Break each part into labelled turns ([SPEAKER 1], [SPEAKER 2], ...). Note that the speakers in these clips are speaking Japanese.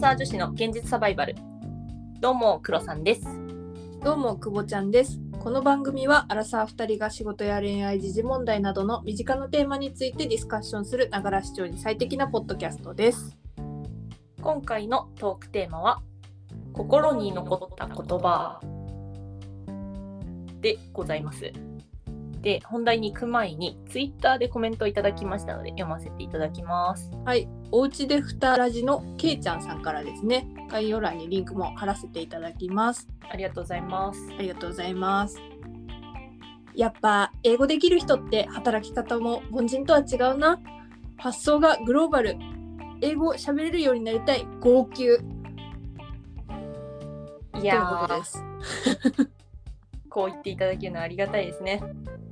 [SPEAKER 1] サー女子の現実サバイバルどうも黒さんです
[SPEAKER 2] どうも久保ちゃんですこの番組はアラサー2人が仕事や恋愛時事問題などの身近なテーマについてディスカッションするながら視聴に最適なポッドキャストです
[SPEAKER 1] 今回のトークテーマは心に残った言葉でございますで本題に行く前にツイッターでコメントいただきましたので読ませていただきます
[SPEAKER 2] はいおうちでふたラジのけいちゃんさんからですね概要欄にリンクも貼らせていただきます
[SPEAKER 1] ありがとうございます
[SPEAKER 2] ありがとうございますやっぱ英語できる人って働き方も凡人とは違うな発想がグローバル英語喋れるようになりたい号泣
[SPEAKER 1] い
[SPEAKER 2] というこ
[SPEAKER 1] や
[SPEAKER 2] と
[SPEAKER 1] ー
[SPEAKER 2] です
[SPEAKER 1] こう言っていただけるのはありがたいですね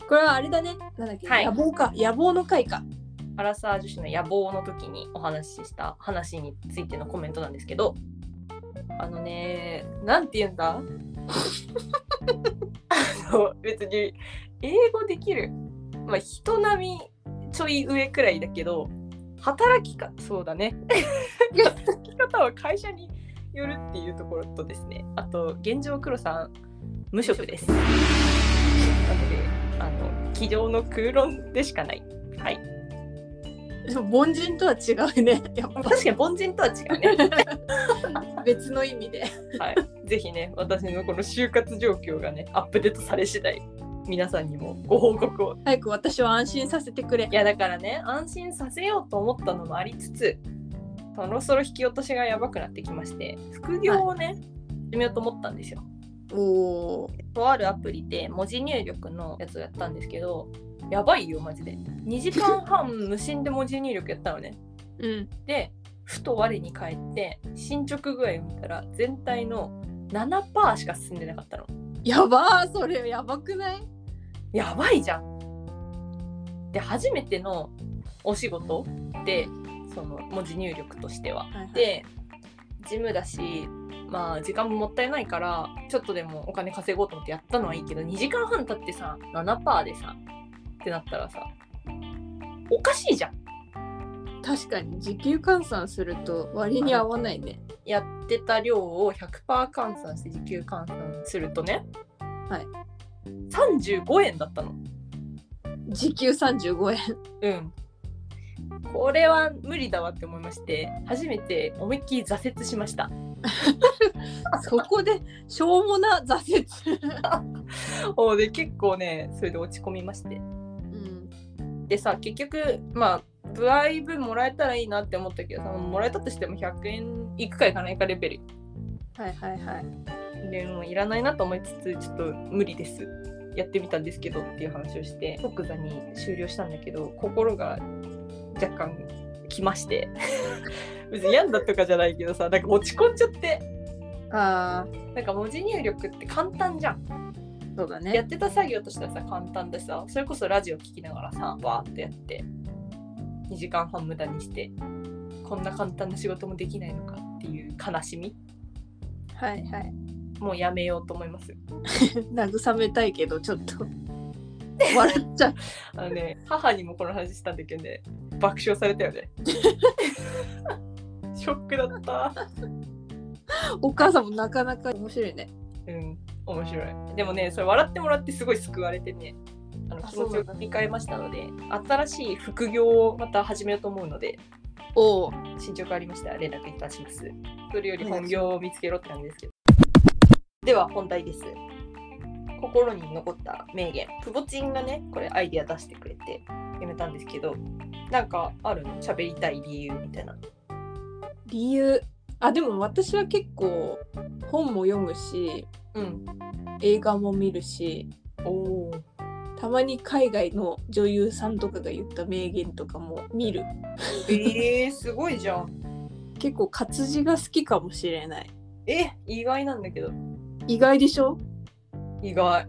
[SPEAKER 2] これはあれだね。なんだっけ、
[SPEAKER 1] はい
[SPEAKER 2] 野望か。野望の会か。
[SPEAKER 1] アラサー女子の野望の時にお話しした話についてのコメントなんですけどあのねなんて言うんだあの別に英語できる、まあ、人並みちょい上くらいだけど働きかそうだね働き方は会社によるっていうところとですねあと現状黒さん無職ですなのであの机上の空論でしかないはい
[SPEAKER 2] でも凡人とは違うね。 やっぱ
[SPEAKER 1] 確かに凡人とは違うね。
[SPEAKER 2] 別の意味で。
[SPEAKER 1] はい、ぜひね、私のこの就活状況がね、アップデートされ次第、皆さんにもご報告を。
[SPEAKER 2] 早く私を安心させてくれ
[SPEAKER 1] い。や、だからね、安心させようと思ったのもありつつ、そろそろ引き落としがやばくなってきまして、副業をね、始めようと思ったんですよ。
[SPEAKER 2] おお。
[SPEAKER 1] とあるアプリで文字入力のやつをやったんですけど、やばいよ、マジで。2時間半無心で文字入力やったのね。
[SPEAKER 2] うん。
[SPEAKER 1] でふと我に返って進捗具合を見たら全体の7%しか進んでなかったの
[SPEAKER 2] やばー、それやばくない？
[SPEAKER 1] やばいじゃんで初めてのお仕事でその文字入力としては
[SPEAKER 2] はいはい、
[SPEAKER 1] で事務だしまあ時間ももったいないからちょっとでもお金稼ごうと思ってやったのはいいけど2時間半経ってさ7%でさってなったらさおかしいじゃん
[SPEAKER 2] 確かに時給換算すると割に合わないね。
[SPEAKER 1] やってた量を100%換算して時給換算するとね、
[SPEAKER 2] はい、
[SPEAKER 1] 35円だったの
[SPEAKER 2] 時給三十五円。
[SPEAKER 1] うんこれは無理だわって思いまして初めて思いっきり挫折しました
[SPEAKER 2] そこでしょうもな挫折。
[SPEAKER 1] おで結構ねそれで落ち込みまして
[SPEAKER 2] うん。
[SPEAKER 1] でさ結局まあブライブもらえたらいいなって思ったけどさもらえたとしても100円いくかいかないかレベル
[SPEAKER 2] はいはいはい。
[SPEAKER 1] でもういらないなと思いつつちょっと無理ですやってみたんですけどっていう話をして即座に終了したんだけど心が若干きまして 別に病んだとかじゃないけどさなんか落ち込んじゃって
[SPEAKER 2] ああ、
[SPEAKER 1] なんか文字入力って簡単じゃん
[SPEAKER 2] そうだ
[SPEAKER 1] や
[SPEAKER 2] ね。
[SPEAKER 1] ってた作業としてはさ簡単でさそれこそラジオ聞きながらさバーってやって2時間半無駄にしてこんな簡単な仕事もできないのかっていう悲しみ
[SPEAKER 2] はいはい。
[SPEAKER 1] もうやめようと思います
[SPEAKER 2] 慰めたいけどちょっと笑っちゃう。
[SPEAKER 1] あのね、母にもこの話したんだけどね、爆笑されたよ ね。ショックだった。
[SPEAKER 2] お母さんもなかなか面白いね。
[SPEAKER 1] うん、面白い。でもね、それ笑ってもらってすごい救われてね、あの
[SPEAKER 2] あ
[SPEAKER 1] 気持ち
[SPEAKER 2] そ
[SPEAKER 1] を
[SPEAKER 2] うなんだ
[SPEAKER 1] 切り替えましたので、新しい副業をまた始めようと思うので、
[SPEAKER 2] おお。
[SPEAKER 1] 進捗ありましたら連絡いたします。それより
[SPEAKER 2] お願
[SPEAKER 1] 本
[SPEAKER 2] いします
[SPEAKER 1] 業を見つけろって感じですけど。では本題です。心に残った名言。くぼちんがね、これアイディア出してくれてやめたんですけど、なんかあるの喋りたい理由みたいな。
[SPEAKER 2] 理由あでも私は結構本も読むし
[SPEAKER 1] うん。
[SPEAKER 2] 映画も見るし
[SPEAKER 1] おお。
[SPEAKER 2] たまに海外の女優さんとかが言った名言とかも見る
[SPEAKER 1] ええすごいじゃん。
[SPEAKER 2] 結構活字が好きかもしれない
[SPEAKER 1] え、意外なんだけど。
[SPEAKER 2] 意外でしょ
[SPEAKER 1] 意外。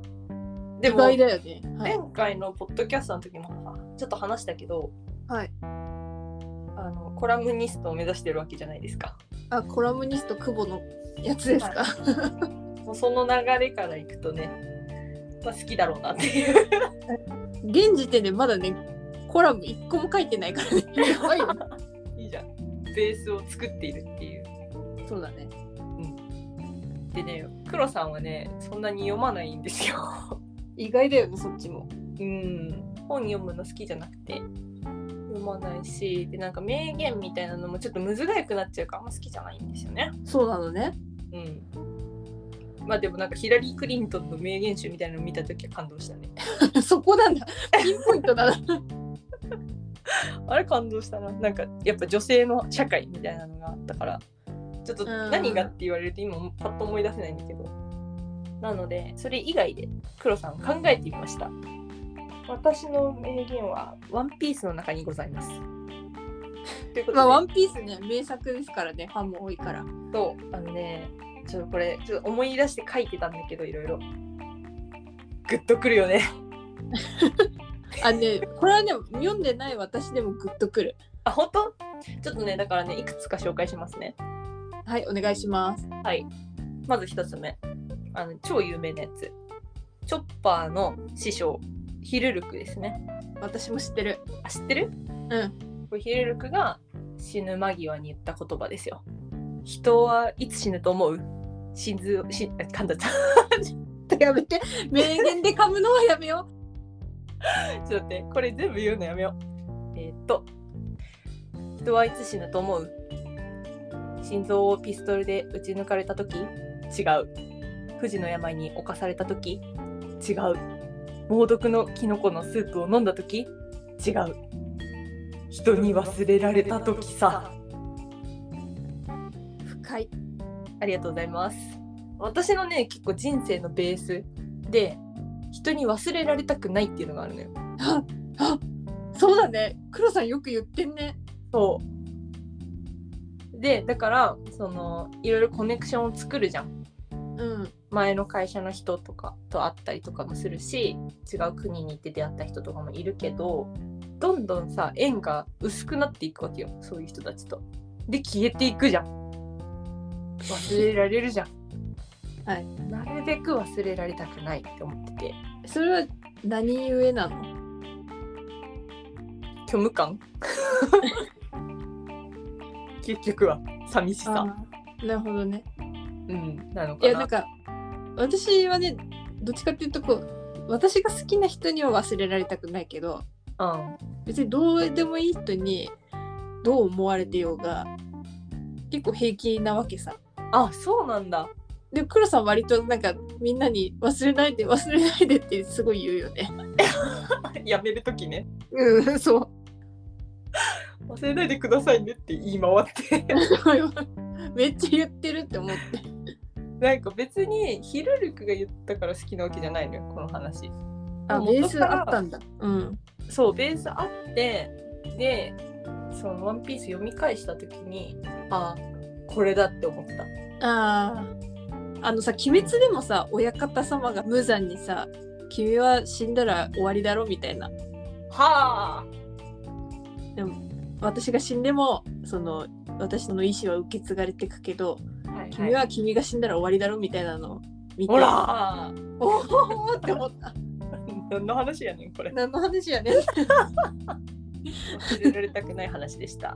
[SPEAKER 1] で
[SPEAKER 2] 意
[SPEAKER 1] も、
[SPEAKER 2] 外だよねはい、
[SPEAKER 1] 前回のポッドキャストの時もさちょっと話したけど、
[SPEAKER 2] はい、
[SPEAKER 1] あのコラムニストを目指してるわけじゃないですか。
[SPEAKER 2] あコラムニスト久保のやつですか、
[SPEAKER 1] もうその流れからいくとね、まあ、好きだろうなって いう。
[SPEAKER 2] 現時点でまだねコラム一個も書いてないからね やばいよ
[SPEAKER 1] いいじゃん。ベースを作っているっていう。
[SPEAKER 2] そうだね。
[SPEAKER 1] でね黒さんはねそんなに読まないんですよ
[SPEAKER 2] 意外だよね、そっちも。
[SPEAKER 1] うん本読むの好きじゃなくて読まないしでなんか名言みたいなのもちょっとむずがゆくなっちゃうからあんま好きじゃないんですよね
[SPEAKER 2] そうなのね。
[SPEAKER 1] うんまあでもなんかヒラリー・クリントンの名言集みたいなの見た時は感動したね
[SPEAKER 2] そこなんだ。ピンポイントだな。
[SPEAKER 1] あれ感動したななんかやっぱ女性の社会みたいなのがあったからちょっと
[SPEAKER 2] うん
[SPEAKER 1] 何がって言われると今パッと思い出せないんだけどなのでそれ以外で黒さん考えてみました私の名言は「ワンピースの中にございます。ということで、
[SPEAKER 2] まあ、ワンピースね、名作ですからね、ファンも多いから。
[SPEAKER 1] そうあのねちょっとこれちょっと思い出して書いてたんだけどいろいろグッとくるよね
[SPEAKER 2] あ、ね、これはね、読んでない私でもグッとくる。
[SPEAKER 1] あ本当ちょっとねだからねいくつか紹介しますね
[SPEAKER 2] はい、お願いします。
[SPEAKER 1] はいまず一つ目あの超有名なやつチョッパーの師匠ヒルルクですね
[SPEAKER 2] 私も知ってる。
[SPEAKER 1] あ知ってる
[SPEAKER 2] ん
[SPEAKER 1] これヒルルクが死ぬ間際に言った言葉ですよ人はいつ死ぬと思う心臓しあ噛んだった
[SPEAKER 2] やめて、名言で噛むのはやめよ
[SPEAKER 1] ちょっと待って、これ全部言うのやめよう。えーっと、人はいつ死ぬと思う心臓をピストルで撃ち抜かれたとき違う。不治の病に侵されたとき違う。猛毒のキノコのスープを飲んだとき違う。人に忘れられたときさ。
[SPEAKER 2] う。深い。
[SPEAKER 1] ありがとうございます。私のね、結構人生のベースで、人に忘れられたくないっていうのがあるのよ。
[SPEAKER 2] あ、あ、そうだね。黒さんよく言ってんね。
[SPEAKER 1] そう。で、だから、その、いろいろコネクションを作るじゃん。
[SPEAKER 2] うん。
[SPEAKER 1] 前の会社の人とかと会ったりとかもするし、違う国に行って出会った人とかもいるけど、どんどんさ、縁が薄くなっていくわけよ。そういう人たちと。で、消えていくじゃん。忘れられるじゃん。
[SPEAKER 2] はい。
[SPEAKER 1] なるべく忘れられたくないって思ってて。
[SPEAKER 2] それは何故なの
[SPEAKER 1] 虚無 感結局は、寂しさ。
[SPEAKER 2] あなるほどね。
[SPEAKER 1] うん。なの
[SPEAKER 2] い
[SPEAKER 1] か
[SPEAKER 2] や
[SPEAKER 1] な
[SPEAKER 2] なん。か私はねどっちかっていうとこう私が好きな人には忘れられたくないけど
[SPEAKER 1] うん。
[SPEAKER 2] 別にどうでもいい人にどう思われてようが結構平気なわけさ。
[SPEAKER 1] あ、そうなんだ。
[SPEAKER 2] でも黒さん割となんかみんなに忘れないで忘れないでってすごい言うよね。
[SPEAKER 1] やめるときね
[SPEAKER 2] うんそう。
[SPEAKER 1] 忘れないでくださいねって言い回って
[SPEAKER 2] めっちゃ言ってるって思って。
[SPEAKER 1] なんか別にヒルルクが言ったから好きなわけじゃないのよこの話
[SPEAKER 2] あベ
[SPEAKER 1] 元
[SPEAKER 2] ース
[SPEAKER 1] から
[SPEAKER 2] あったんだ。うん。
[SPEAKER 1] そうベースあってでその「ワンピース読み返した時にあこれだって思った
[SPEAKER 2] ああ。あのさ「鬼滅」でもさ親方様が無惨にさ「君は死んだら終わりだろ」みたいな
[SPEAKER 1] はあ
[SPEAKER 2] 私が死んでもその私の意思は受け継がれてくけど
[SPEAKER 1] はい
[SPEAKER 2] 君は君が死んだら終わりだろみたいなのを見て、
[SPEAKER 1] ほら
[SPEAKER 2] おおって思った
[SPEAKER 1] 何の話やねんこれ
[SPEAKER 2] 何の話やねん
[SPEAKER 1] 忘れられたくない話でした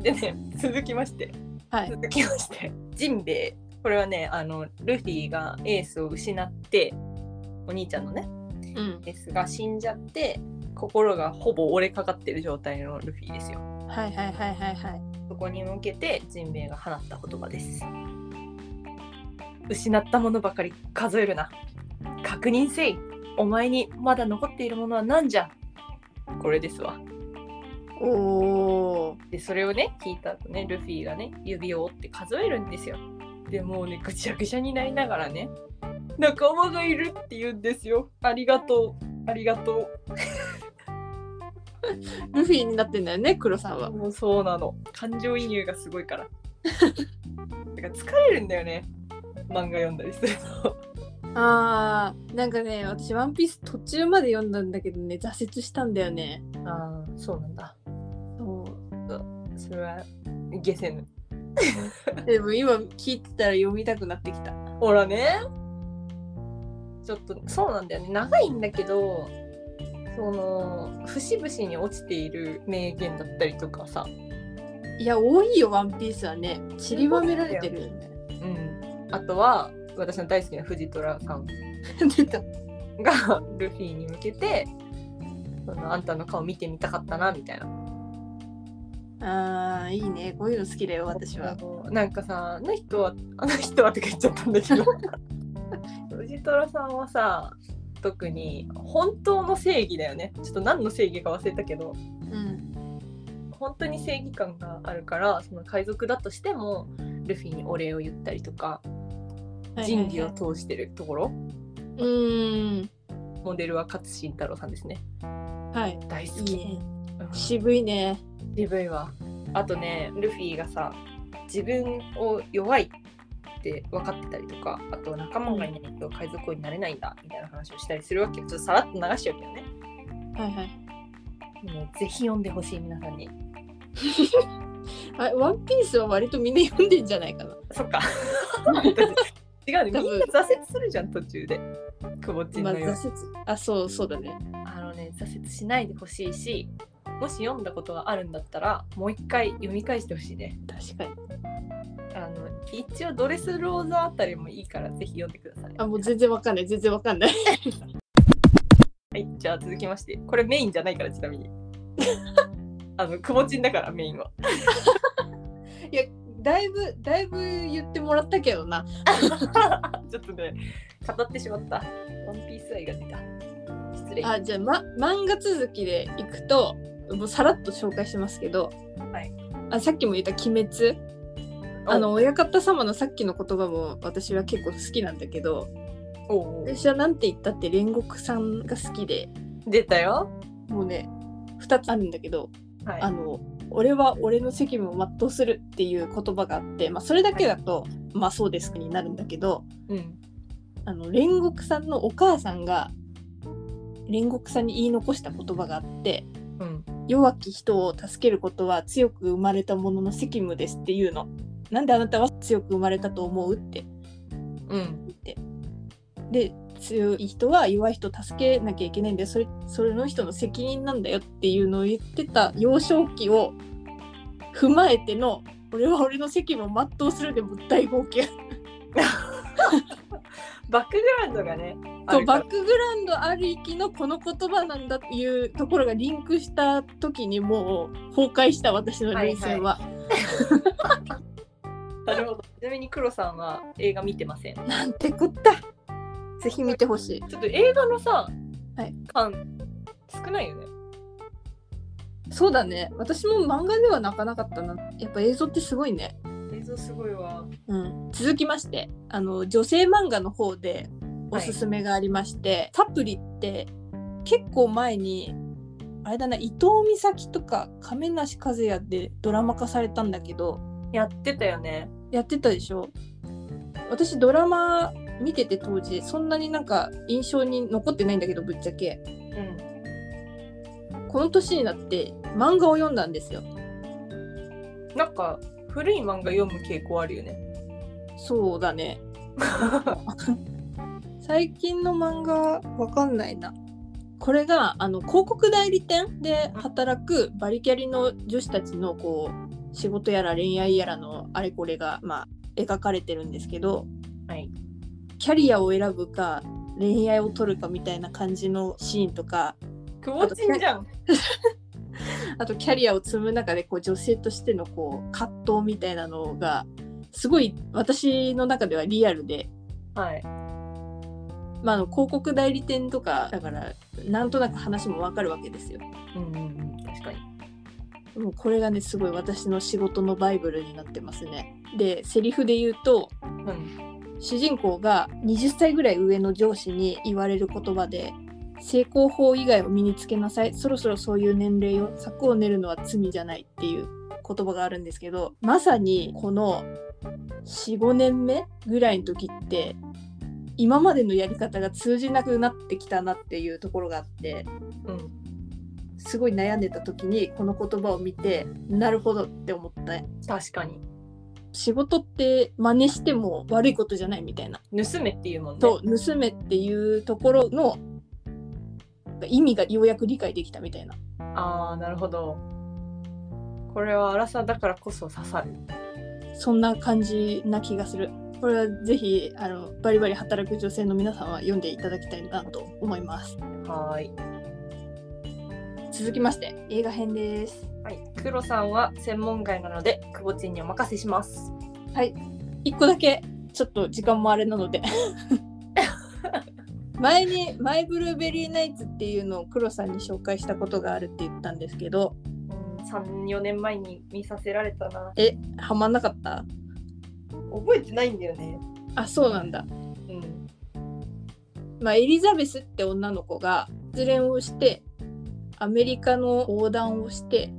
[SPEAKER 1] でね続きまして
[SPEAKER 2] はい
[SPEAKER 1] 続きましてジンベエこれはねあのルフィがエースを失ってお兄ちゃんのね
[SPEAKER 2] うん
[SPEAKER 1] エースが死んじゃって心がほぼ折れかかってる状態のルフィですよ
[SPEAKER 2] はいはいはいはいはい
[SPEAKER 1] そこに向けてジンベエが放った言葉です失ったものばかり数えるな確認せいお前にまだ残っているものは何じゃこれですわ
[SPEAKER 2] おお
[SPEAKER 1] でそれをね聞いた後ねルフィがね指を折って数えるんですよでもうねぐちゃぐちゃになりながらね仲間がいるって言うんですよありがとうありがと
[SPEAKER 2] ルフィになってんだよね黒さん
[SPEAKER 1] う
[SPEAKER 2] は
[SPEAKER 1] もうそうなの感情移入がすごい からだから疲れるんだよね漫画読んだりすると
[SPEAKER 2] あーなんかね私「ワンピース途中まで読んだんだけどね挫折したんだよね
[SPEAKER 1] ああそうなんだ
[SPEAKER 2] そう
[SPEAKER 1] それはゲセぬ
[SPEAKER 2] でも今聞いてたら読みたくなってきた
[SPEAKER 1] ほらねちょっとそうなんだよね長いんだけどその節々に落ちている名言だったりとかさ
[SPEAKER 2] いや多いよワンピースはね散りばめられてるよね
[SPEAKER 1] うん、あとは私の大好きな藤虎さん
[SPEAKER 2] 出た
[SPEAKER 1] がルフィに向けてそのあんたの顔見てみたかったなみたいな
[SPEAKER 2] あーいいねこういうの好きだよ私は
[SPEAKER 1] なんかさあの人はあの人はとか言っちゃったんだ けど藤虎さんはさ特に本当の正義だよねちょっと何の正義か忘れたけど
[SPEAKER 2] うん
[SPEAKER 1] 本当に正義感があるからその海賊だとしてもルフィにお礼を言ったりとか仁義を
[SPEAKER 2] と
[SPEAKER 1] 通してるところ
[SPEAKER 2] うーん
[SPEAKER 1] モデルは勝慎太郎さんですね
[SPEAKER 2] はい
[SPEAKER 1] 大好
[SPEAKER 2] い
[SPEAKER 1] き
[SPEAKER 2] いね
[SPEAKER 1] うん
[SPEAKER 2] 渋いね
[SPEAKER 1] 渋いわあとねルフィがさ自分を弱いって分かってたりとかあと仲間がいないと海賊王になれないんだみたいな話をしたりするわけよちょっとさらっと流しちゃうけどね
[SPEAKER 2] はいはい
[SPEAKER 1] もうぜひ読んでほしい皆さんに
[SPEAKER 2] あワンピースは割とみんな読んでんじゃないかな
[SPEAKER 1] そ っか違うねみんな
[SPEAKER 2] 多分
[SPEAKER 1] 挫折するじゃん途中でくぼっちん
[SPEAKER 2] まあ
[SPEAKER 1] のように
[SPEAKER 2] 挫折あそうそうだね
[SPEAKER 1] あのね挫折しないでほしいしもし読んだことがあるんだったらもう一回読み返してほしいね
[SPEAKER 2] 確かに
[SPEAKER 1] あの一応ドレスローズあたりもいいからぜひ読んでください
[SPEAKER 2] あもう全然わかんない全然わかんない
[SPEAKER 1] はい、じゃあ続きまして、これメインじゃないからちなみ に。あの、くぼちんだからメインは。
[SPEAKER 2] いやだいぶだいぶ言ってもらったけどな
[SPEAKER 1] ちょっとね、語ってしまった。ワンピース愛が出た。失礼。
[SPEAKER 2] あじゃあ、ま、漫画続きでいくともうさらっと紹介しますけど、
[SPEAKER 1] はい
[SPEAKER 2] あさっきも言った「鬼滅」
[SPEAKER 1] お
[SPEAKER 2] あの、親方様のさっきの言葉も私は結構好きなんだけど
[SPEAKER 1] おうおう
[SPEAKER 2] 私はなんて言ったって煉獄さんが好きで
[SPEAKER 1] 出たよ。
[SPEAKER 2] もうね2つあるんだけど
[SPEAKER 1] はい。
[SPEAKER 2] あの俺は俺の責務を全うするっていう言葉があって、まあ、それだけだと、まあそうですになるんだけど
[SPEAKER 1] うん。
[SPEAKER 2] あの煉獄さんのお母さんが煉獄さんに言い残した言葉があって
[SPEAKER 1] うん。
[SPEAKER 2] 弱き人を助けることは強く生まれたものの責務ですっていうの。なんであなたは強く生まれたと思うって
[SPEAKER 1] うん。
[SPEAKER 2] で強い人は弱い人を助けなきゃいけないんだよそれそれの人の責任なんだよっていうのを言ってた幼少期を踏まえての「俺は俺の責務を全うする」でもう大号泣
[SPEAKER 1] バックグラウンドがね、あ
[SPEAKER 2] と
[SPEAKER 1] るか
[SPEAKER 2] バ
[SPEAKER 1] ら
[SPEAKER 2] ックグラウンドありきのこの言葉なんだっていうところがリンクした時にもう崩壊した私の冷戦は、
[SPEAKER 1] なるほど。ちなみに黒さんは映画見てません。ち
[SPEAKER 2] なんてこったぜひ見てほしい
[SPEAKER 1] ょっと映画のさ、
[SPEAKER 2] はい、
[SPEAKER 1] 感、少ないよね。
[SPEAKER 2] そうだね私も漫画では泣かなかったなやっぱ映像ってすごいね
[SPEAKER 1] 映像すごいわ。
[SPEAKER 2] うん、続きましてあの女性漫画の方でおすすめがありまして、サプリって結構前にあれだな伊藤美咲とか亀梨和也でドラマ化されたんだけど
[SPEAKER 1] やってたよね。
[SPEAKER 2] やってたでしょ私ドラマ見てて当時そんなになんか印象に残ってないんだけどぶっちゃけ
[SPEAKER 1] うん。
[SPEAKER 2] この年になって漫画を読んだんですよ
[SPEAKER 1] なんか、古い漫画読む傾向あるよね。
[SPEAKER 2] そうだね 最近の漫画わかんないなこれがあの広告代理店で働くバリキャリの女子たちのこう仕事やら恋愛やらのあれこれが、まあ、描かれてるんですけど
[SPEAKER 1] はい。
[SPEAKER 2] キャリアを選ぶか恋愛を取るかみたいな感じのシーンとか
[SPEAKER 1] くぼちんじゃん。
[SPEAKER 2] あとキャリアを積む中でこう女性としてのこう葛藤みたいなのがすごい私の中ではリアルで
[SPEAKER 1] はい。
[SPEAKER 2] まあ、あの広告代理店とかだからなんとなく話もわかるわけですよ。
[SPEAKER 1] うんうんうん、確かに。
[SPEAKER 2] もうこれがねすごい私の仕事のバイブルになってますね。でセリフで言うと
[SPEAKER 1] うん。
[SPEAKER 2] 主人公が20歳ぐらい上の上司に言われる言葉で「成功法以外を身につけなさいそろそろそういう年齢を策を練るのは罪じゃない」っていう言葉があるんですけどまさにこの45年目ぐらいの時って今までのやり方が通じなくなってきたなっていうところがあって
[SPEAKER 1] うん。
[SPEAKER 2] すごい悩んでた時にこの言葉を見てなるほどって思った
[SPEAKER 1] 確かに。
[SPEAKER 2] 仕事って真似しても悪いことじゃないみたいな。
[SPEAKER 1] 盗めっていうもんね。
[SPEAKER 2] と盗めっていうところの意味がようやく理解できたみたいな
[SPEAKER 1] ああ、なるほど。ここれは荒さだからこそ刺さる。
[SPEAKER 2] そんな感じな気がする。これはぜひあのバリバリ働く女性の皆さんは読んでいただきたいなと思います。
[SPEAKER 1] はーい。
[SPEAKER 2] 続きまして映画編です。
[SPEAKER 1] はい、黒さんは専門外なので、くぼちんにお任せします。
[SPEAKER 2] はい。一個だけ、ちょっと時間もあれな ので。前に「マイ・ブルーベリー・ナイツ」っていうのを黒さんに紹介したことがあるって言ったんですけど
[SPEAKER 1] 3、4年前に見させられたな。
[SPEAKER 2] えハマんなかった
[SPEAKER 1] 覚えてないんだよね。
[SPEAKER 2] あそうなんだ、
[SPEAKER 1] うん。
[SPEAKER 2] まあ、エリザベスって女の子が失恋をしてアメリカの横断をして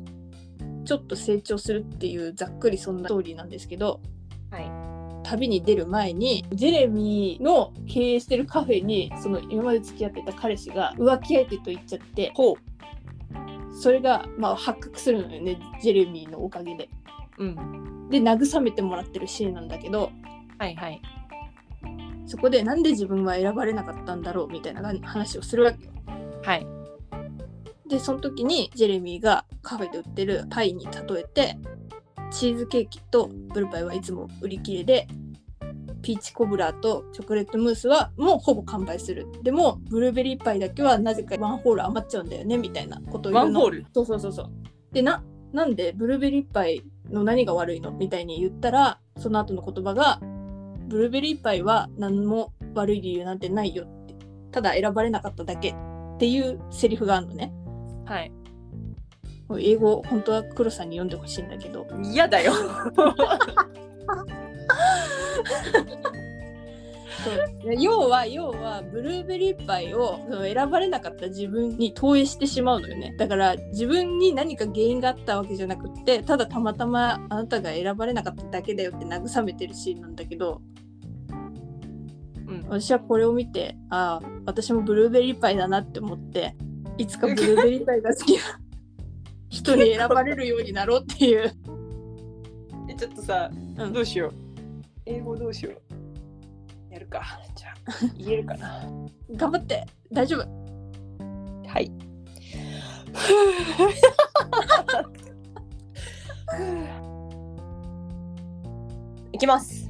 [SPEAKER 2] ちょっと成長するっていうざっくりそんなストーリーなんですけど
[SPEAKER 1] は
[SPEAKER 2] 旅に出る前にジェレミーの経営してるカフェにその今まで付き合ってた彼氏が浮気相手と言っちゃって
[SPEAKER 1] ほ
[SPEAKER 2] それがまあ発覚するのよねジェレミーのおかげで。
[SPEAKER 1] い。うん。
[SPEAKER 2] で慰めてもらってるシーンなんだけど
[SPEAKER 1] はいはい。
[SPEAKER 2] そこでなんで自分は選ばれなかったんだろうみたいな話をするわけよ。
[SPEAKER 1] はい。
[SPEAKER 2] でその時にジェレミーがカフェで売ってるパイに例えてチーズケーキとブルパイはいつも売り切れでピーチコブラーとチョコレートムースはもうほぼ完売するでもブルーベリーパイだけはなぜかワンホール余っちゃうんだよねみたいなことを言うの
[SPEAKER 1] ホール。
[SPEAKER 2] そうそうそうそうでななんでブルーベリーパイの何が悪いのみたいに言ったらその後の言葉がブルーベリーパイは何も悪い理由なんてないよってただ選ばれなかっただけっていうセリフがあるのね
[SPEAKER 1] はい。
[SPEAKER 2] もう英語本当は黒さんに読んでほしいんだけど
[SPEAKER 1] 嫌だよ。
[SPEAKER 2] そう要は要はブルーベリーパイをその選ばれなかった自分に投影してしまうのよねだから自分に何か原因があったわけじゃなくってただたまたまあなたが選ばれなかっただけだよって慰めてるシーンなんだけど
[SPEAKER 1] うん。
[SPEAKER 2] 私はこれを見てああ私もブルーベリーパイだなって思っていつかブルーベリーパイが好きな人に選ばれるようになろうっていう
[SPEAKER 1] えちょっとさ、
[SPEAKER 2] うん
[SPEAKER 1] どうしよう。英語どうしよう。やるか。じ ゃあ、言えるかな。
[SPEAKER 2] 頑張って大丈夫
[SPEAKER 1] はい。いきます。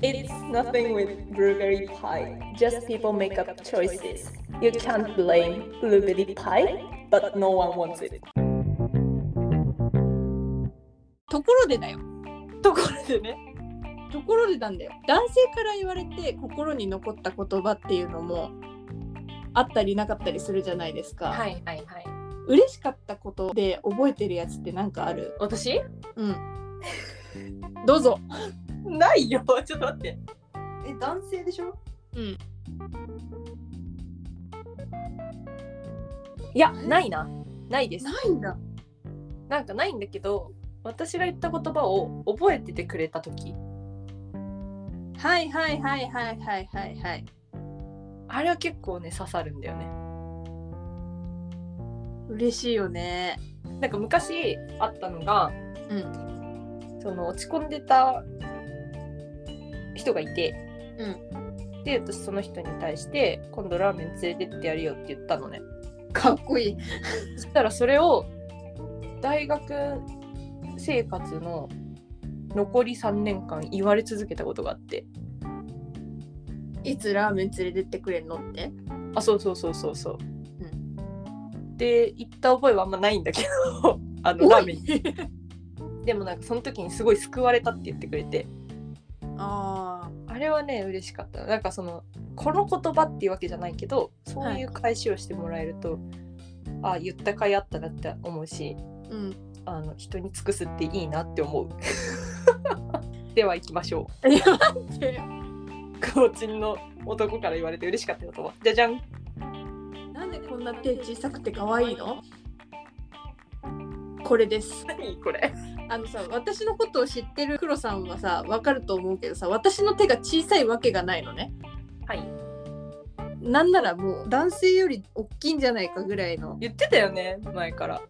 [SPEAKER 1] It's nothing with blueberry pie. Just people make up choices. You can't blame blueberry pie, but no one wants it.
[SPEAKER 2] ところでだよ
[SPEAKER 1] ところでね。
[SPEAKER 2] ところでなんだよ男性から言われて心に残った言葉っていうのもあったりなかったりするじゃないですか、
[SPEAKER 1] いはいはい。
[SPEAKER 2] 嬉しかったことで覚えてるやつって何かある
[SPEAKER 1] 私
[SPEAKER 2] うんどうぞ
[SPEAKER 1] ないよ。ちょっと待って。え、男性でしょ
[SPEAKER 2] うん。
[SPEAKER 1] いや、ないな。ないです。
[SPEAKER 2] ないんだ
[SPEAKER 1] なんかないんだけど、私が言った言葉を覚えててくれた時
[SPEAKER 2] はいはいはいはいはいはいはい
[SPEAKER 1] あれは結構ね、刺さるんだよね。
[SPEAKER 2] 嬉しいよね
[SPEAKER 1] なんか昔あったのが、
[SPEAKER 2] うん
[SPEAKER 1] その落ち込んでた人がいて、で、私その人に対して、今度ラーメン連れてってやるよって言ったのね。
[SPEAKER 2] かっこいい
[SPEAKER 1] そしたらそれを大学生活の残り3年間言われ続けたことがあって
[SPEAKER 2] いつラーメン連れてってくれんのって
[SPEAKER 1] あそうそうそうそうそう、
[SPEAKER 2] う
[SPEAKER 1] で行った覚えはあんまないんだけどあのラーメンにでもなんかその時にすごい救われたって言ってくれて
[SPEAKER 2] あ
[SPEAKER 1] あれはね嬉しかったなんかそのこの言葉っていうわけじゃないけどそういう返しをしてもらえると、あ言ったかいあったなって思うし
[SPEAKER 2] ーうん
[SPEAKER 1] あの人に尽くすっていいなって思 うでは行きましょう
[SPEAKER 2] え 待って
[SPEAKER 1] コーチンの男から言われて嬉しかったよと思うじゃじゃん
[SPEAKER 2] なんでこんな手小さくて可愛いのこれです
[SPEAKER 1] 何これ
[SPEAKER 2] あのさ私のことを知ってる黒さんはさわかると思うけどさ私の手が小さいわけがないのね
[SPEAKER 1] はい
[SPEAKER 2] なんならもう男性より大きいんじゃないかぐらいの
[SPEAKER 1] 言ってたよね前から、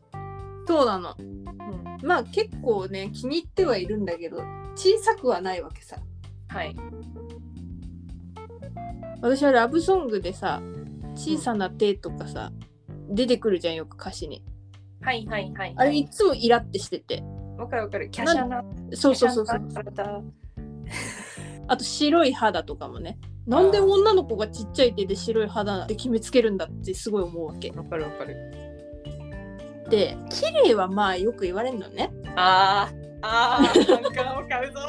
[SPEAKER 2] そうなの
[SPEAKER 1] うん、
[SPEAKER 2] まあ結構ね気に入ってはいるんだけど小さくはないわけさ
[SPEAKER 1] はい
[SPEAKER 2] 私はラブソングでさ「小さな手」とかさ出てくるじゃんよく歌詞に
[SPEAKER 1] はいはいはい。
[SPEAKER 2] あれいつもイラってしてて
[SPEAKER 1] わかるわかる。華奢な。
[SPEAKER 2] そうそうそうそ
[SPEAKER 1] 華
[SPEAKER 2] う
[SPEAKER 1] 奢な体
[SPEAKER 2] あと白い肌とかもねなんで女の子がちっちゃい手で白い肌で決めつけるんだってすごい思うわけ
[SPEAKER 1] わかるわかる。
[SPEAKER 2] で綺麗はまあよく言われるのね
[SPEAKER 1] あーあー、なんかわか るぞ。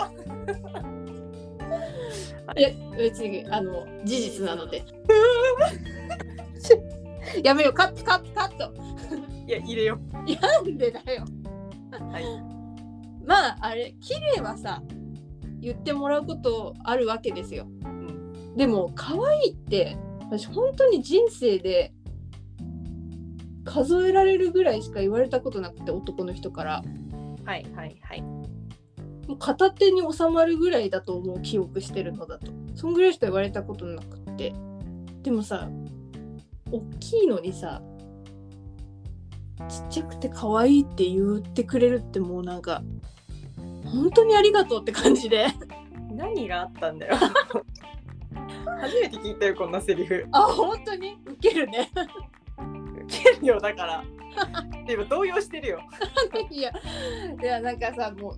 [SPEAKER 2] いや別にあの事実なので やめようカットカットカット
[SPEAKER 1] いや、入れよう。
[SPEAKER 2] なんでだよ。
[SPEAKER 1] はい
[SPEAKER 2] まああれ綺麗はさ言ってもらうことあるわけですよ。
[SPEAKER 1] ん
[SPEAKER 2] でも可愛いって私本当に人生で数えられるぐらいしか言われたことなくて男の人から
[SPEAKER 1] はいはいはい。
[SPEAKER 2] もう片手に収まるぐらいだと思う記憶してるのだとそんぐらいしか言われたことなくってでもさ大きいのにさちっちゃくて可愛いって言ってくれるってもうなんか本当にありがとうって感じで
[SPEAKER 1] 何があったんだよ。初めて聞いたよ、こんなセリフ。
[SPEAKER 2] あ本当 にウケるね
[SPEAKER 1] 権利をだから。でも動揺してるよ。
[SPEAKER 2] いやいやなんかさもう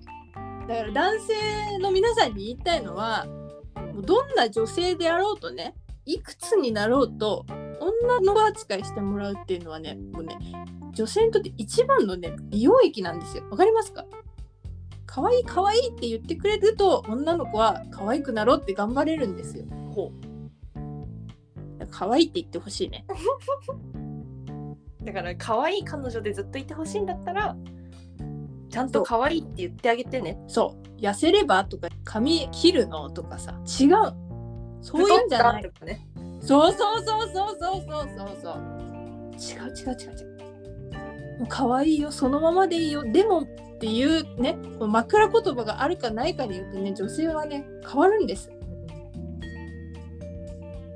[SPEAKER 2] だから男性の皆さんに言いたいのはもうどんな女性であろうとねいくつになろうと女の子扱いしてもらうっていうのはねもうね女性にとって一番のね美容液なんですよわかりますか可愛い可愛いって言ってくれると女の子は可愛くなろうって頑張れるんですよ
[SPEAKER 1] ほ
[SPEAKER 2] 可愛いって言ってほしいね
[SPEAKER 1] う。 だから、可愛い彼女でずっといてほしいんだったら、ちゃんと可愛いって言ってあげてね。
[SPEAKER 2] そう痩せればとか髪切るのとかさ違うそういうんじゃない
[SPEAKER 1] 太ったとかね。
[SPEAKER 2] そうそうそうそうそうそうそうそう。違う違う違う違う。もう可愛いよそのままでいいよでもっていうねこの枕言葉があるかないかによってね女性はね変わるんです。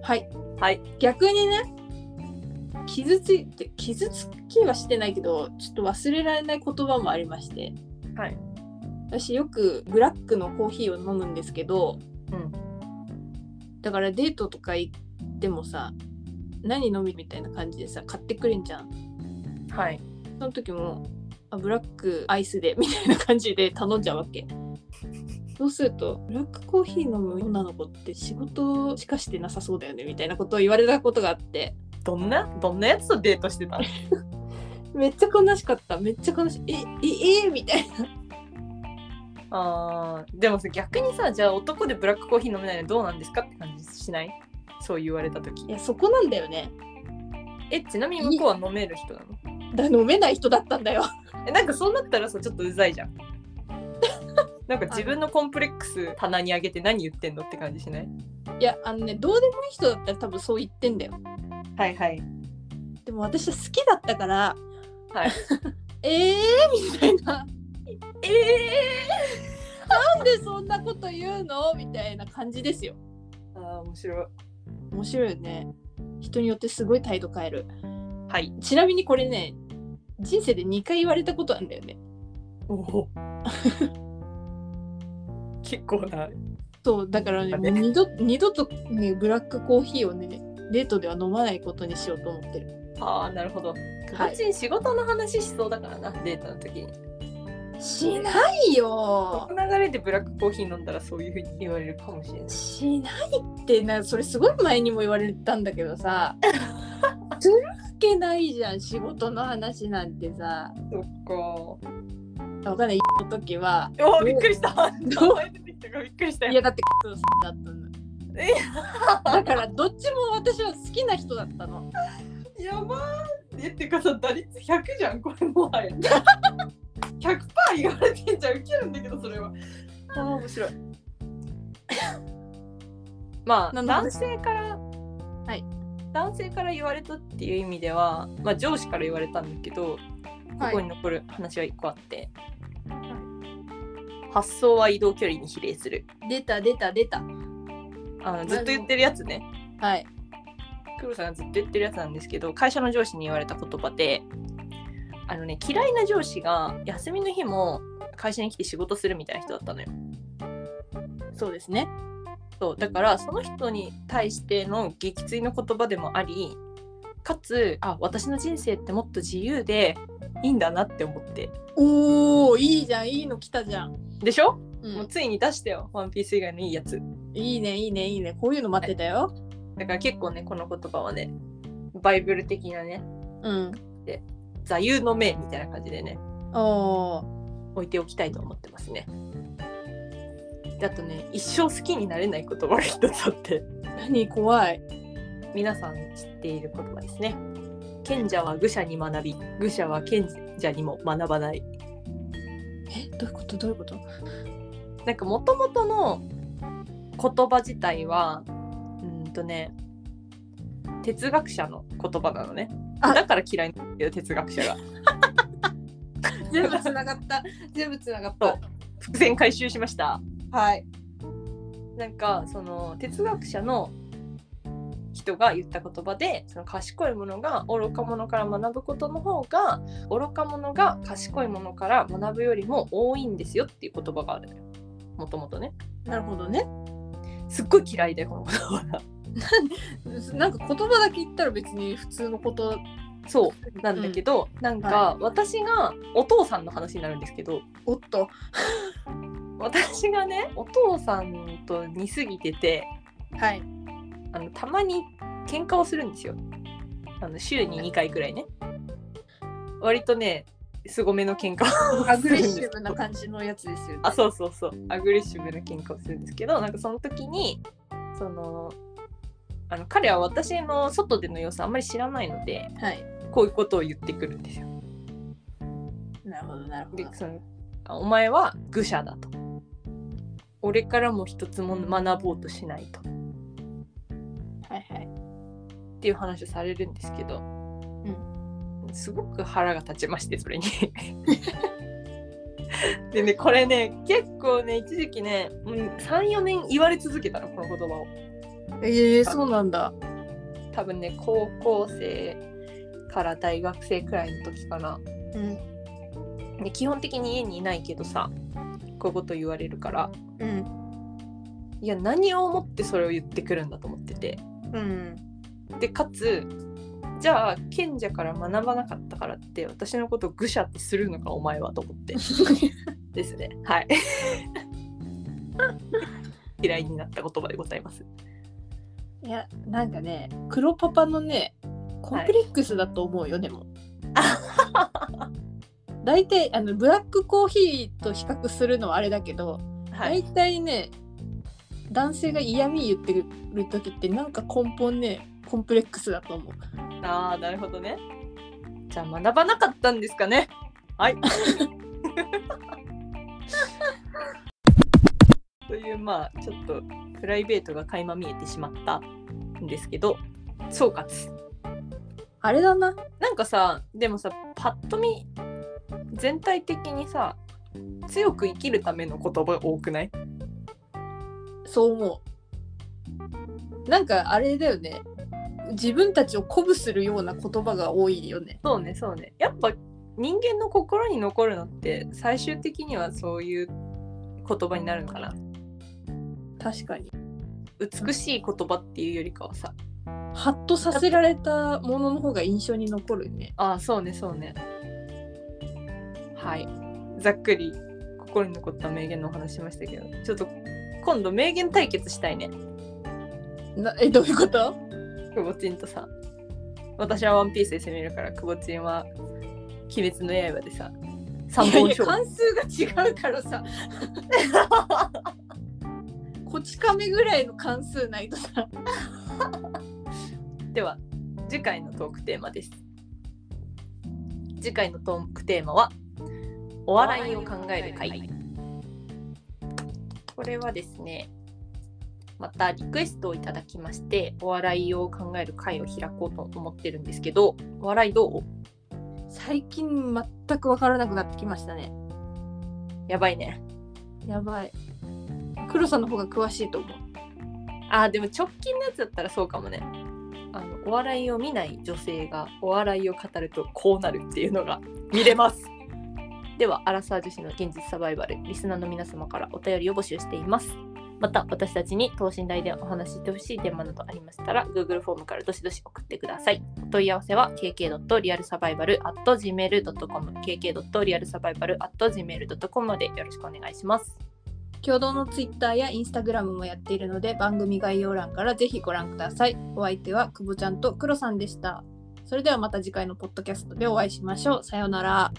[SPEAKER 2] はい。
[SPEAKER 1] はい。
[SPEAKER 2] 逆にね傷ついて傷つきはしてないけどちょっと忘れられない言葉もありまして。
[SPEAKER 1] はい。
[SPEAKER 2] 私よくブラックのコーヒーを飲むんですけど、だからデートとか行ってもさ何飲みみたいな感じでさ買ってくれんじゃん
[SPEAKER 1] はい。
[SPEAKER 2] その時もあブラックアイスでみたいな感じで頼んじゃうわけそうするとブラックコーヒー飲む女の子って仕事しかしてなさそうだよねみたいなことを言われたことがあって
[SPEAKER 1] どんな、どんなやつとデートしてたの。
[SPEAKER 2] めっちゃ悲しかっためっちゃ悲しいえええみたいな
[SPEAKER 1] あーでもさ逆にさじゃあ男でブラックコーヒー飲めないのどうなんですかって感じしないそう言われた時
[SPEAKER 2] いやそこなんだよね
[SPEAKER 1] えちなみに向こうは飲める人なの
[SPEAKER 2] だ飲めない人だったんだよ
[SPEAKER 1] えなんかそうなったらさちょっとうざいじゃん なんか自分のコンプレックス棚に上げて何言ってんのって感じしない
[SPEAKER 2] いやあのねどうでもいい人だったら多分そう言ってんだよ
[SPEAKER 1] はいはい
[SPEAKER 2] でも私は好きだったから
[SPEAKER 1] はい
[SPEAKER 2] ええみたいな
[SPEAKER 1] ええ
[SPEAKER 2] なんでそんなこと言うのみたいな感じですよ
[SPEAKER 1] ー、あー面白い
[SPEAKER 2] 面白いよね人によってすごい態度変える
[SPEAKER 1] はい
[SPEAKER 2] ちなみにこれね人生で2回言われたことなんだよね
[SPEAKER 1] おお 結構な
[SPEAKER 2] そうだからね
[SPEAKER 1] だね
[SPEAKER 2] もう二度二度とねブラックコーヒーをねデートでは飲まないことにしようと思ってる
[SPEAKER 1] あーなるほど形に仕事の話しそうだからな、デートの時に
[SPEAKER 2] しないよ
[SPEAKER 1] この流れでブラックコーヒー飲んだらそういうふうに言われるかもしれない
[SPEAKER 2] しないってなそれすごい前にも言われたんだけ どさするわけないじゃん仕事の話なんてさ
[SPEAKER 1] そっ
[SPEAKER 2] わかんないの時は
[SPEAKER 1] か。おお、びっくりした。
[SPEAKER 2] う
[SPEAKER 1] 名前出てきたからびっくりした
[SPEAKER 2] い
[SPEAKER 1] よ。
[SPEAKER 2] やだってだったの
[SPEAKER 1] え
[SPEAKER 2] だからどっちも私は好きな人だったの
[SPEAKER 1] やばー。え、ってかさ、打率100じゃん、これも はや。100%言われてんじゃん、ウケるんだけど、それは。ああ、面白い。まあ、
[SPEAKER 2] なんだ
[SPEAKER 1] 男性から、
[SPEAKER 2] はい
[SPEAKER 1] 男性から言われたっていう意味では、まあ、上司から言われたんだけど、ここに残る話は1個あって、発想は移動距離に比例する。
[SPEAKER 2] 出た出た出た
[SPEAKER 1] あのずっと言ってるやつね。
[SPEAKER 2] はい
[SPEAKER 1] 黒さんがずっと言ってるやつなんですけど会社の上司に言われた言葉であのね嫌いな上司が休みの日も会社に来て仕事するみたいな人だったのよ
[SPEAKER 2] そうですね
[SPEAKER 1] そうだからその人に対しての撃墜の言葉でもありかつあ私の人生ってもっと自由でいいんだなって思って
[SPEAKER 2] おおいいじゃんいいの来たじゃん、
[SPEAKER 1] でしょ、
[SPEAKER 2] う、
[SPEAKER 1] もうんついに出してよワンピース以外のいいやつ
[SPEAKER 2] いいねいいねいいねこういうの待ってたよ、
[SPEAKER 1] だから結構ねこの言葉はねバイブル的なね
[SPEAKER 2] うん
[SPEAKER 1] 座右の銘みたいな感じでね
[SPEAKER 2] おー
[SPEAKER 1] 置いておきたいと思ってますねであとね一生好きになれない言葉が一つあって
[SPEAKER 2] 何怖い
[SPEAKER 1] 皆さん知っている言葉ですね賢者は愚者に学び愚者は賢者にも学ばない
[SPEAKER 2] えどういうことどういうこと
[SPEAKER 1] なんかもともとの言葉自体はうーんとね哲学者の言葉なのね
[SPEAKER 2] あ
[SPEAKER 1] だから嫌いなんだけど哲学者が
[SPEAKER 2] 全部つなが った全部つながっ
[SPEAKER 1] そう伏線回収しました
[SPEAKER 2] たはい
[SPEAKER 1] なんかその哲学者の人が言った言葉でその賢い者が愚か者から学ぶことの方が愚か者が賢い者から学ぶよりも多いんですよっていう言葉があるのよもともとね
[SPEAKER 2] なるほどね
[SPEAKER 1] すっごい嫌いだよこの言葉が
[SPEAKER 2] なんか言葉だけ言ったら別に普通のこと
[SPEAKER 1] そうなんだけど、なんか私がお父さんの話になるんですけど
[SPEAKER 2] おっと
[SPEAKER 1] 私がねお父さんと似すぎてて
[SPEAKER 2] はい
[SPEAKER 1] あのたまに喧嘩をするんですよあの週に2回くらいね割とね凄めの喧嘩を
[SPEAKER 2] アグレッシ
[SPEAKER 1] するんです
[SPEAKER 2] ブな感じのやつですよね
[SPEAKER 1] あそうそうそうアグレッシブな喧嘩をするんですけどなんかその時にそのあの彼は私の外での様子あんまり知らないので
[SPEAKER 2] はい
[SPEAKER 1] こういうことを言ってくるんですよ
[SPEAKER 2] なるほどなるほ
[SPEAKER 1] で
[SPEAKER 2] ど
[SPEAKER 1] そのあお前は愚者だと俺からも一つも学ぼうとしないとっ
[SPEAKER 2] はいはい
[SPEAKER 1] ていう話をされるんですけど、すごく腹が立ちましてそれに でねこれね結構ね一時期ね34年言われ続けたのこの言葉を
[SPEAKER 2] えー、そうなんだ
[SPEAKER 1] 多分ね高校生から大学生くらいの時かな
[SPEAKER 2] うん
[SPEAKER 1] で基本的に家にいないけどさこういうこと言われるから
[SPEAKER 2] うん
[SPEAKER 1] いや何を思ってそれを言ってくるんだと思ってて
[SPEAKER 2] うん
[SPEAKER 1] でかつじゃあ賢者から学ばなかったからって私のことを愚者ってするのかお前はと思って ですねはい 嫌いになった言葉でございます
[SPEAKER 2] いやなんかね黒パパのねコンプレックスだと思うよ、でも大体あのブラックコーヒーと比較するのはあれだけど、
[SPEAKER 1] はい
[SPEAKER 2] 大体ね男性が嫌味言ってる時ってなんか根本ねコンプレックスだと思う
[SPEAKER 1] ああなるほどねじゃあ学ばなかったんですかねはい というまあちょっとプライベートが垣間見えてしまったんですけど総括
[SPEAKER 2] あれだな
[SPEAKER 1] なんかさでもさパッと見全体的にさ強く生きるための言葉多くない
[SPEAKER 2] そう思うなんかあれだよね自分たちを鼓舞するような言葉が多いよね
[SPEAKER 1] そうねそうねやっぱ人間の心に残るのって最終的にはそういう言葉になるのかな
[SPEAKER 2] 確かに
[SPEAKER 1] 美しい言葉っていうよりかはさ
[SPEAKER 2] ハッとさせられたものの方が印象に残るね
[SPEAKER 1] ああそうねそうねはいざっくり心に残った名言のお話しましたけどちょっと今度名言対決したいね
[SPEAKER 2] なえどういうこと
[SPEAKER 1] くぼちんとさ私はワンピースで攻めるからくぼちんは鬼滅の刃でさ三
[SPEAKER 2] いやい
[SPEAKER 1] 本
[SPEAKER 2] や
[SPEAKER 1] 勝負
[SPEAKER 2] 関数が違うから さこち亀ぐらいの関数ないとさ
[SPEAKER 1] では次回のトークテーマです次回のトークテーマはお笑いを考える会これはですねまたリクエストをいただきましてお笑いを考える会を開こうと思ってるんですけどお笑いどう
[SPEAKER 2] 最近全く分からなくなってきましたね
[SPEAKER 1] やばいね
[SPEAKER 2] やばい黒さんの方が詳しいと思う
[SPEAKER 1] あーでも直近のやつだったらそうかもねあのお笑いを見ない女性がお笑いを語るとこうなるっていうのが 見れますではアラサー女子の現実サバイバルリスナーの皆様からお便りを募集していますまた私たちに等身大でお話ししてほしいテーマなどありましたら Google フォームからどしどし送ってくださいお問い合わせは kk.realsurvival.gmail.com kk.realsurvival.gmail.com までよろしくお願いします
[SPEAKER 2] 共同の Twitter や Instagram もやっているので番組概要欄からぜひご覧くださいお相手は久保ちゃんとクロさんでしたそれではまた次回のポッドキャストでお会いしましょうさようなら